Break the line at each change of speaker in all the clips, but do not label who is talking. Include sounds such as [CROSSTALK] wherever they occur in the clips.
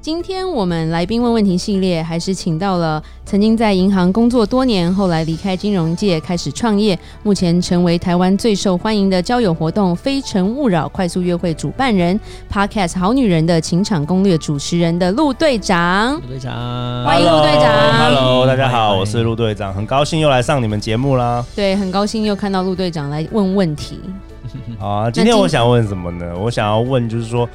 今天我们来宾问问题系列，还是请到了曾经在银行工作多年，后来离开金融界开始创业，目前成为台湾最受欢迎的交友活动《非诚勿扰》快速约会主办人、Podcast《好女人的情场攻略》主持人的陆队长。
陆队长，
欢迎陆队长
Hello，大家好，
嗨
我是陆队长，很高兴又来上你们节目啦。
对，很高兴又看到陆队长来问问题。
嗯
好啊，今天我想问什么呢？我想要问就是说，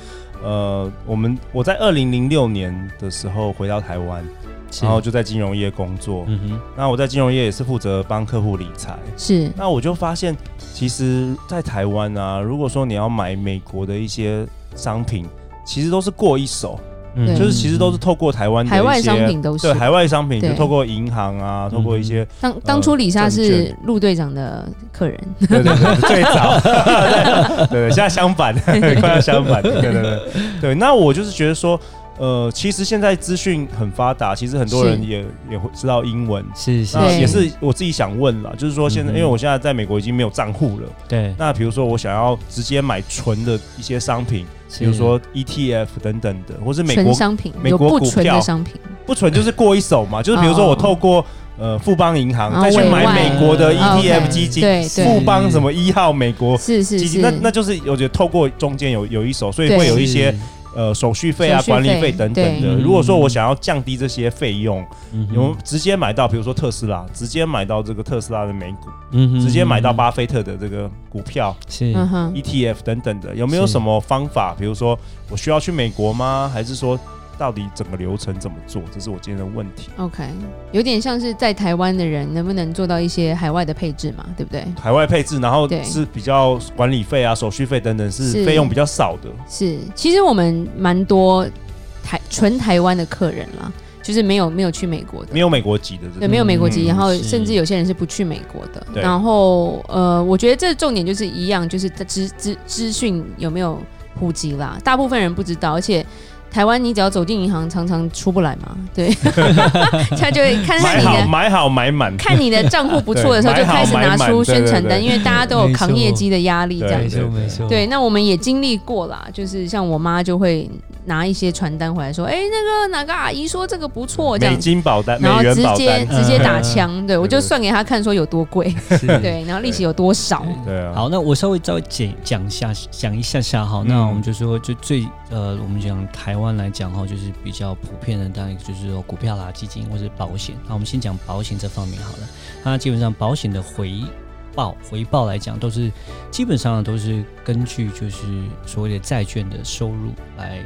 呃，我们我在二零零六年的时候回到台湾，
是
然后就在金融业工作。
嗯哼，
那我在金融业也是负责帮客户理财。
是
那我就发现，其实，在台湾啊，如果说你要买美国的一些商品，其实都是过一手，
嗯
对
就是其实都是透过台湾的
海外
一些
商品都是
对海外商品，就
对
透过银行
嗯
啊，透过一些
当当初李莎
呃证
是陆队长的客人，
对对对，最早， [LAUGHS] 对对对，现在相反， [LAUGHS] 快要相反，对对对对。那我就是觉得说，呃，其实现在资讯很发达，其实很多人
是
也也会知道英文。
是是
那
对
也是我自己想问了，就是说现在，
嗯哼
因为我现在在美国已经没有账户了。
对，
那比如说，我想要直接买纯的一些商品，比
比
如说 ETF 等等的，或是
[LAUGHS]
美
纯
国
商品
美
有
国
不
股
纯的
票
商品，
不纯就是过一手嘛，就是比如说我透过呃富邦银
啊
行再去
哦委
买
外
美国的
啊，OK，
ETF 基金，
对
不
富
对，
邦什么一号美国
是是
基
是，
金，那那就是我觉得透过中间有有一手，所以
对
会有一些呃手续费啊、
手续费
管理费等等的。
对
如果说我想要降低这些费用，
嗯哼
我们直接买到，比如说特斯拉，直接买到这个特斯拉的美股，
嗯哼
直接买到
嗯哼
巴菲特的这个股票、
是
嗯哼，
ETF 等等的，有没有
是
什么方法？比如说我需要去美国吗？还是说到底整个流程怎么做？这是我今天的问题。
OK，有点像是在台湾的人能不能做到一些海外的配置嘛，对不对？
海外配置，然后
对
是比较管理费啊、手续费等等
是
是费用比较少的。
是，其实我们蛮多台纯台湾的客人啦，就是没有没有去美国的
没。有美国籍的这
对，
种，
没有美国籍，
嗯
然后
是
甚至有些人是不去美国的。
对
然后，呃，我觉得这重点就是一样，就是资资资讯有没有普及啦？大部分人不知道，而且台湾你只要走进银行，常常出不来嘛。对，
[LAUGHS]
他就会看看
买
你
好
的
买好买满，
看你的账户不错的时候，就
对买
开
好
始拿
买满
出
对
宣
对
传
对
单，因为大家都有
没
扛
错
业绩的压力，这样
没
对
错没错，
对，那我们也经历过啦，就是像我妈就会拿一些传单回来说，哎、那个哪个阿姨说这个不错，这
美
样。
金保单、美
然后
元
直
保
接
单，
直接
[LAUGHS]
打
嗯
枪，对我就
对对
算给她看说有多贵，
是
对，然后利息有多少，
对啊，
好，那我稍微稍微简讲一下，讲一下下哈。那
嗯
我们就说，就最呃，我们讲台湾来讲哈，就是比较普遍的，当然就是说股票啦、基金或是保险。那我们先讲保险这方面好了。那基本上保险的回报回报来讲，都是基本上都是根据就是所谓的债券的收入来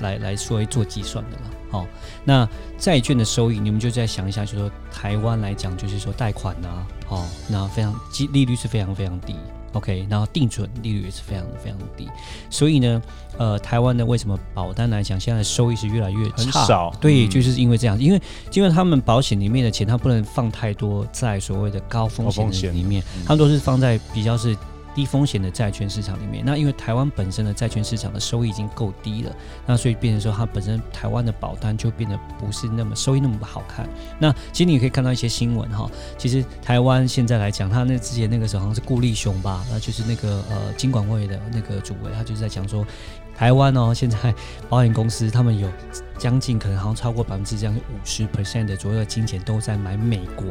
来来说做计算的啦。好、那债券的收益，你们就再想一下，就是说台湾来讲，就是说贷款啊，哦，那非常基利率是非常非常低，OK，然后定存利率也是非常非常低，所以呢，呃，台湾呢为什么保单来讲现在的收益是越来越
很
差？
少
对，
嗯
就是因为这样，因为因为他们保险里面的钱，他不能放太多在所谓的高风
高风
险
险
里面，
嗯
他们都是放在比较是低风险的债券市场里面。那因为台湾本身的债券市场的收益已经够低了，那所以变成说它本身台湾的保单就变得不是那么收益那么好看。那其实你也可以看到一些新闻哈，其实台湾现在来讲，他那之前那个时候好像是顾立雄吧，那就是那个呃金管会的那个主委，他就是在讲说。台湾哦，现在保险公司他们有将近可能好像超过百分之将近五十 percent 的左右的金钱都在买美国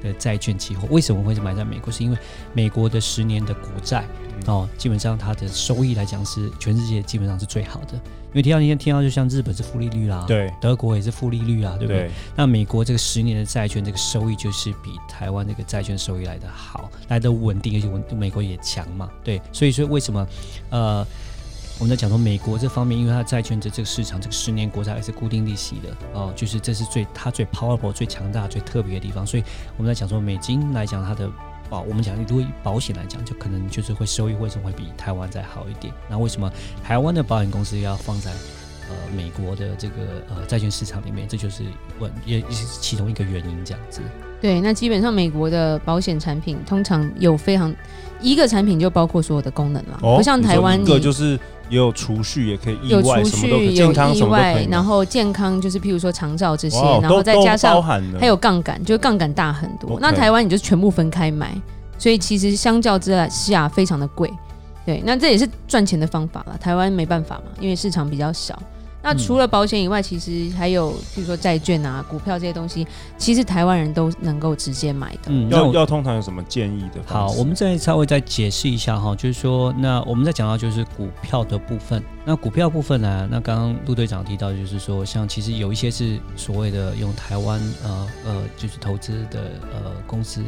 的债券期货。为什么会是买在美国？是因为美国的十年的国债哦，基本上它的收益来讲是全世界基本上是最好的。因为听到那天听到，就像日本是负利率啦，，
对
德国也是负利率啊，对不对？
对，
那美国这个十年的债券这个收益就是比台湾这个债券收益来的好，来的稳定，而且稳美国也强嘛，对，所以说为什么呃我们在讲说美国这方面，因为它债券的这个市场，这个十年国债还是固定利息的哦，就是这是最它最 powerful、最强大、最特别的地方，所以我们在讲说美金来讲它的。保我们讲，如果以保险来讲，就可能就是会收益为什么会比台湾再好一点？那为什么台湾的保险公司要放在呃美国的这个呃债券市场里面，这就是我也也是其中一个原因这样子。
对，那基本上美国的保险产品通常有非常一个产品就包括所有的功能了，不像台湾
哦你
你
说一个就是也有储蓄，也可以意
有
外
储
什么都可
蓄、
以，
有
健康
意
什么都可
外
以，嘛，
然后健康就是譬如说长照这些，
哇
然
都
后再加
都包
上
含了
还有杠杆，就是杠杆大很多
嗯 OK。
那台湾你就是全部分开买，所以其实相较之下啊非常的贵。对，那这也是赚钱的方法了。台湾没办法嘛，因为市场比较小。那除了保险以外，其实还有譬如说债券啊、股票这些东西，其实台湾人都能够直接买的。
嗯，那
要
我
要通常有什么建议的方
好，
式？
我们再稍微再解释一下哈，就是说，那我们再讲到就是股票的部分。那股票部分呢、那刚刚陆队长提到，就是说，像其实有一些是所谓的用台湾呃呃，就是投资的呃公司，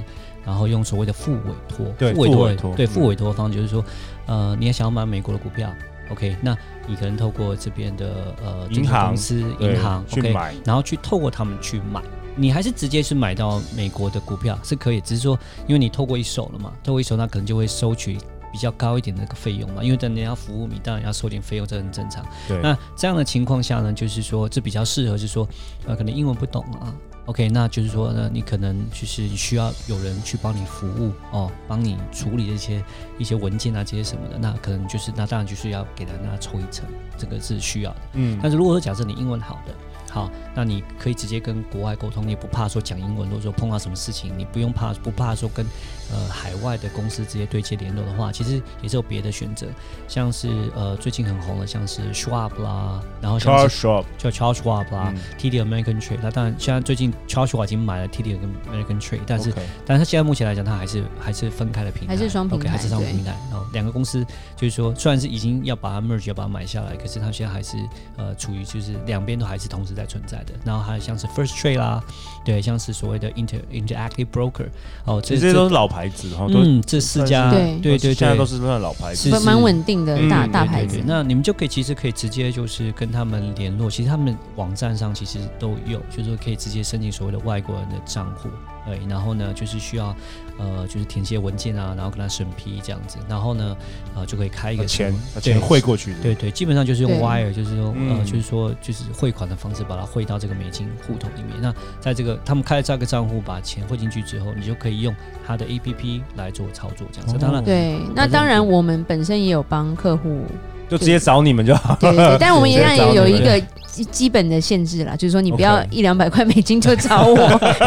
然后用所谓的副委托，
对
副委托
副委托
对
嗯
副委托方，就是说，呃，你也想要买美国的股票，OK，那你可能透过这边的呃
银行
证券公司、
对
银行
去
OK，
买，
然后去透过他们去买，你还是直接去买到美国的股票是可以，只是说因为你透过一手了嘛，透过一手，那可能就会收取比较高一点的那个费用嘛，因为等人家服务你，当然要收点费用，这很正常。
对，
那这样的情况下呢，就是说这比较适合是说，呃，可能英文不懂啊。OK，那就是说呢，你可能就是需要有人去帮你服务哦，帮你处理这些一些文件啊，这些什么的，那可能就是那当然就是要给他那抽一成，这个是需要的。
嗯
但是如果说假设你英文好的，好，那你可以直接跟国外沟通，你也不怕说讲英文，或者说碰到什么事情，你不用怕不怕说跟呃海外的公司直接对接联络的话，其实也是有别的选择，像是呃最近很红的，像是 Schwab 啦，然后
c h a r
像
e
是
Shop
叫 Charles Schwab 啦、
嗯
TD American Trade，那当然现在最近 Charles Schwab 已经买了 TD American Trade，但是
OK
但是它现在目前来讲，它还是还是分开的平台，
还是双平
o k
台
还是双平台。然后两个公司就是说，虽然是已经要把它 merge 要把它买下来，可是它现在还是呃处于就是两边都还是同时在存在的。然后还有像是 First Trade 啦，对，像是所谓的 Inter Interactive Broker 哦，
这
这
些都是老牌子，然后都
嗯这四家
算是
对对对，
现在都是算老牌
是
子，
蛮蛮稳定的
嗯
大、
对
大
对
牌
对
子
对。那你们就可以其实可以直接就是跟他们联络，其实他们网站上其实都有，就是说可以直接申请所谓的外国人的账户，对，然后呢就是需要呃就是填写文件啊，然后跟他审批这样子，然后呢呃就可以开一
把
个
钱
什么
把钱
对
汇过去的，
对对，基本上就是用
对
wire，就是说、
嗯
呃，就是说就是汇款的方式把它汇到这个美金户头里面。那在这个他们开了这个账户，把钱汇进去之后，你就可以用他的 APP 来做操作这样子。
哦
当然，
对，那当然我们本身也有帮客户
就直接找你们就好。
[LAUGHS] 对对，对，但我们也让
直接找
也
你
有
们
一个基基本的限制啦，就是说你不要
OK
一两百块美金就找
[LAUGHS]
我，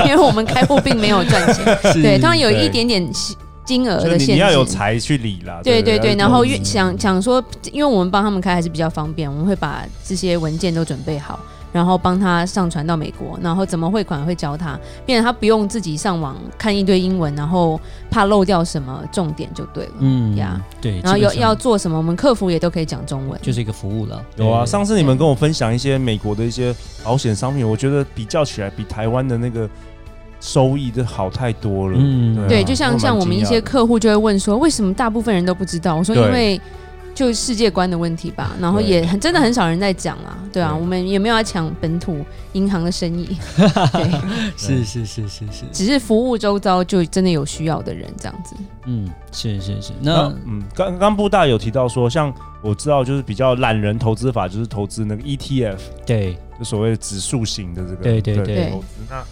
因为我们开户并没有赚钱，对，当然有一点点金额
嗯就是
的
你
限
你要有
制。
才去理啦。
对对
对
对，
要
然后
有
越想想说，因为我们帮他们开还是比较方便，我们会把这些文件都准备好，然后帮他上传到美国，然后怎么汇款会教他，变成他不用自己上网看一堆英文，然后怕漏掉什么重点就对了。
嗯
呀，
对，
然后
基本
要
上
要做什么，我们客服也都可以讲中文。
就是一个服务了。
有啊，
对
上次你们跟我分享一些美国的一些保险商品，我觉得比较起来，比台湾的那个收益的好太多了。
嗯
啊
对，就像像我们一些，
蛮惊讶的
客户就会问说，为什么大部分人都不知道？我说
对
因为就世界观的问题吧，然后
对
也很真的很少人在讲啦，对啊，
对
我们也没有要抢本土银行的生意，对，
是是是是是，
只是服务周遭就真的有需要的人这样子。
嗯，是是是。
那
那
嗯，刚刚布大有提到说，像我知道就是比较懒人投资法，就是投资那个 ETF，
对
就所谓的指数型的这个
对对对
对
投资。那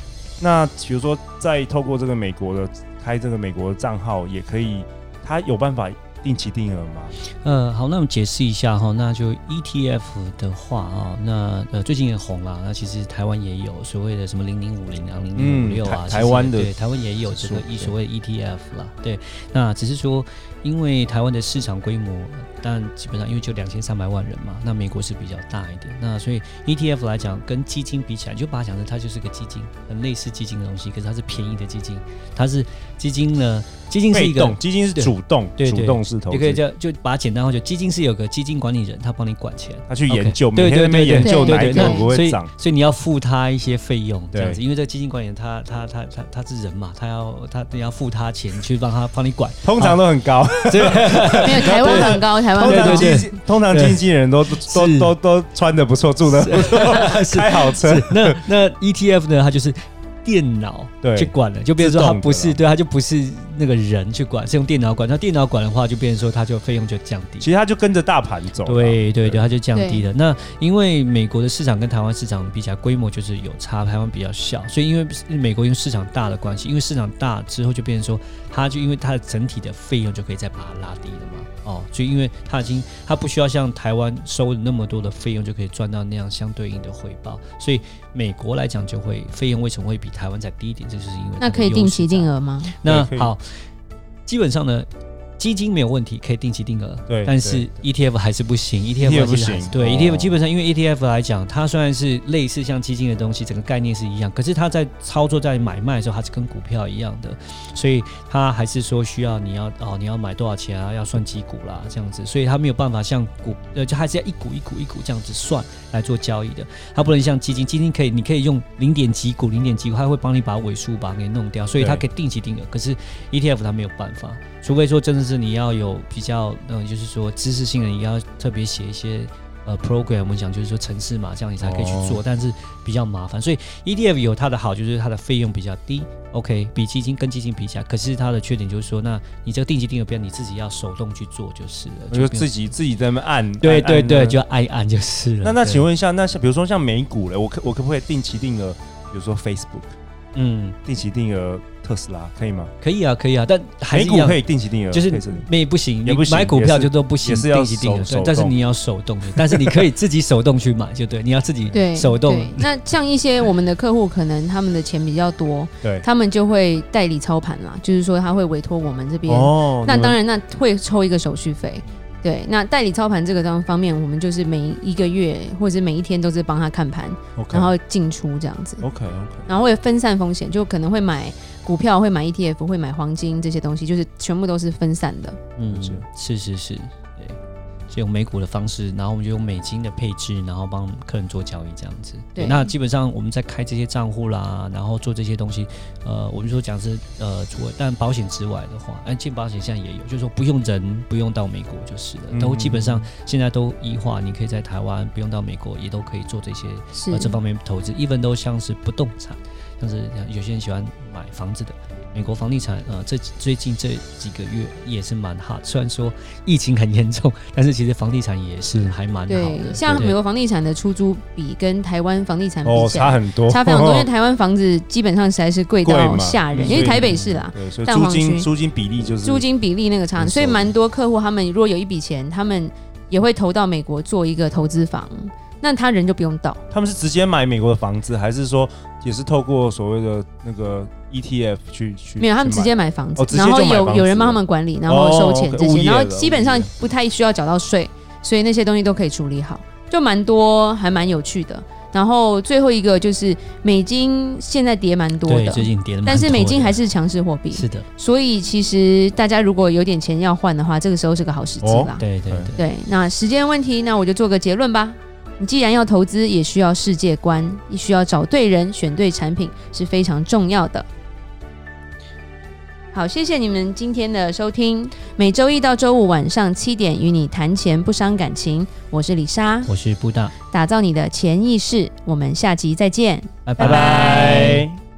那比如说，再透过这个美国的开这个美国的账号，也可以，它有办法定期定额吗？
呃，好，那我们解释一下哈，那就 ETF 的话啊，那呃最近也红了，那其实台湾也有所谓的什么零零五零啊、零零五
嗯
六啊，
台
其实
台湾的
对台湾也有这个
指数
一
对
所谓的 ETF 啦，对，那只是说因为台湾的市场规模，但基本上因为就两千三百万人嘛，那美国是比较大一点，那所以 ETF 来讲跟基金比起来，你就把它想成它就是个基金，很类似基金的东西，可是它是便宜的基金，它是基金呢，基金是
被
一个
动基金是
对
主动，
对对
主动式投
也可以
资，
叫就把它简单化，就基金是有个基金管理人，他帮你管钱。
他去研究，
对
每天在那边研究
对对
哪一个
对
会不
所
会
以
涨。
所以你要付他一些费用，
对
这样子，因为这个基金管理人他他他他他是人嘛，他要他你要付他钱去帮他帮你
[LAUGHS]
管，
通常都很高，
没有台湾很高，台湾
[LAUGHS] 通
很
哦对对
高。
常
对
经纪通常经纪人都都
是 [LAUGHS]
[LAUGHS] 都都都穿的不错，住的不错，开好车
是。那那 ETF E 呢，它就是。电脑
对
去管了，就变成说
自
它
动的
不是
啦
对，它就不是那个人去管，是用电脑管。那电脑管的话，就变成说它就费用就降低。
其实它就跟着大盘走啦。
对对对，它就降低
对
了。那因为美国的市场跟台湾市场比起来，规模就是有差，台湾比较小，所以因为美国因为市场大的关系，因为市场大之后就变成说，它就因为它的整体的费用就可以再把它拉低了嘛。哦，所以因为它已经它不需要像台湾收那么多的费用就可以赚到那样相对应的回报，所以美国来讲就会费用为什么会比台湾再低一点，这就是因为
那可以定期定
额。
额吗？
那
对可以
好，基本上呢，基金没有问题，可以定期定额。
对
但是 ETF 还是不行，ETF
不
其实还是
行
对
哦
ETF 基本上，因为 ETF 来讲，它虽然是类似像基金的东西，整个概念是一样，可是它在操作在买卖的时候，它是跟股票一样的，所以它还是说需要你要哦，你要买多少钱啊，要算几股啦这样子，所以它没有办法像股呃，就还是要一股一股一股这样子算来做交易的，它不能像基金，基金可以你可以用零点几股零点几股，它会帮你把尾数把它给弄掉，所以它可以
对
定期定额，可是 ETF 它没有办法，除非说真的是你要有比较，嗯、就是说知识性的，你要特别写一些呃 program，我们讲就是说程式嘛，这样你才可以去做，但是比较麻烦。所以 ETF E 有它的好，就是它的费用比较低，OK，比基金跟基金比起来，可是它的缺点就是说，那你这个定期定额标你自己要手动去做就是了，
我就
不
自
用
己自己在那边按。
对
按
对
按
对，
啊
就按一按就是了。
那那
对
请问一下，那像比如说像美股嘞，我可我可不可以定期定额，比如说 Facebook
嗯，
定期定额特斯拉可以吗？
可以啊，可以啊，但还
美
是一
股
样
可以定期定额，
就是
可以这里
那也不行，
也
你
不行
买股票
也是
就都不行，
也是要
定期定额，
手手
对，但是
动
你要手动的，但是你可以自己手动去买，就对，你要自己
对，
手动
对。那像一些我们的客户，可能他们的钱比较多，
对
他们就会代理操盘啦，就是说他会委托我们这边。
哦
那
你们
当然，那会抽一个手续费。对，那代理操盘这个当方面，我们就是每一个月或者是每一天都是帮他看盘，
OK
然后进出这样子，
OK OK
然后会分散风险，就可能会买股票，会买 ETF，会买黄金这些东西，就是全部都是分散的。
嗯，是是是，对，所以用美股的方式，然后我们就用美金的配置，然后帮客人做交易这样子。
对
那基本上我们在开这些账户啦，然后做这些东西，呃，我们说讲是呃，除了但保险之外的话，哎，进保险现在也有，就是说不用人，不用到美国就是了，都
嗯
基本上现在都一化，你可以在台湾不用到美国也都可以做这些
是
呃，
哦
这方面投资，even 都像是不动产，像是有些人喜欢买房子的。美国房地产，呃，这最近这几个月也是蛮 hot。虽然说疫情很严重，但是其实房地产也是还蛮好
对
的。，
像
对
美国房地产的出租比跟台湾房地产比
哦，
起来
差很多，哦
差非常多，因为台湾房子基本上实在是贵
贵
到
嘛
吓人，
嗯
因为台北市啦，
[LAUGHS] 对，所以
蛋
租
黄
金
区
租金比例就是
租金比例那个差，
没错
所以蛮多客户他们如果有一笔钱，他们也会投到美国做一个投资房，那他人就不用到，
他们是直接买美国的房子，还是说也是透过所谓的那个 ETF 去去？
没有他们
去
直
买
接买房子
哦，直接
然
就
后
买房
有
子
有人帮他们管理，然后收钱
哦，OK，
这
物
些，
业
然后
了
基本上不太需要缴到税，所以那些东西都可以处理好，就蛮多还蛮有趣的。然后最后一个就是美金现在跌蛮多
对
的，
最近跌的，
但是美金还
是
是嗯强势货币，
是的，
所以其实大家如果有点钱要换的话，这个时候是个好时机
哦
啦。
对对
对
对，
对，那时间问题，那我就做个结论吧。你既然要投资，也需要世界观，也需要找对人、选对产品是非常重要的。好，谢谢你们今天的收听。每周一到周五晚上七点，与你谈钱不伤感情。我是李莎，
我是布大，
打造你的潜意识。我们下集再见。
拜
拜拜
拜。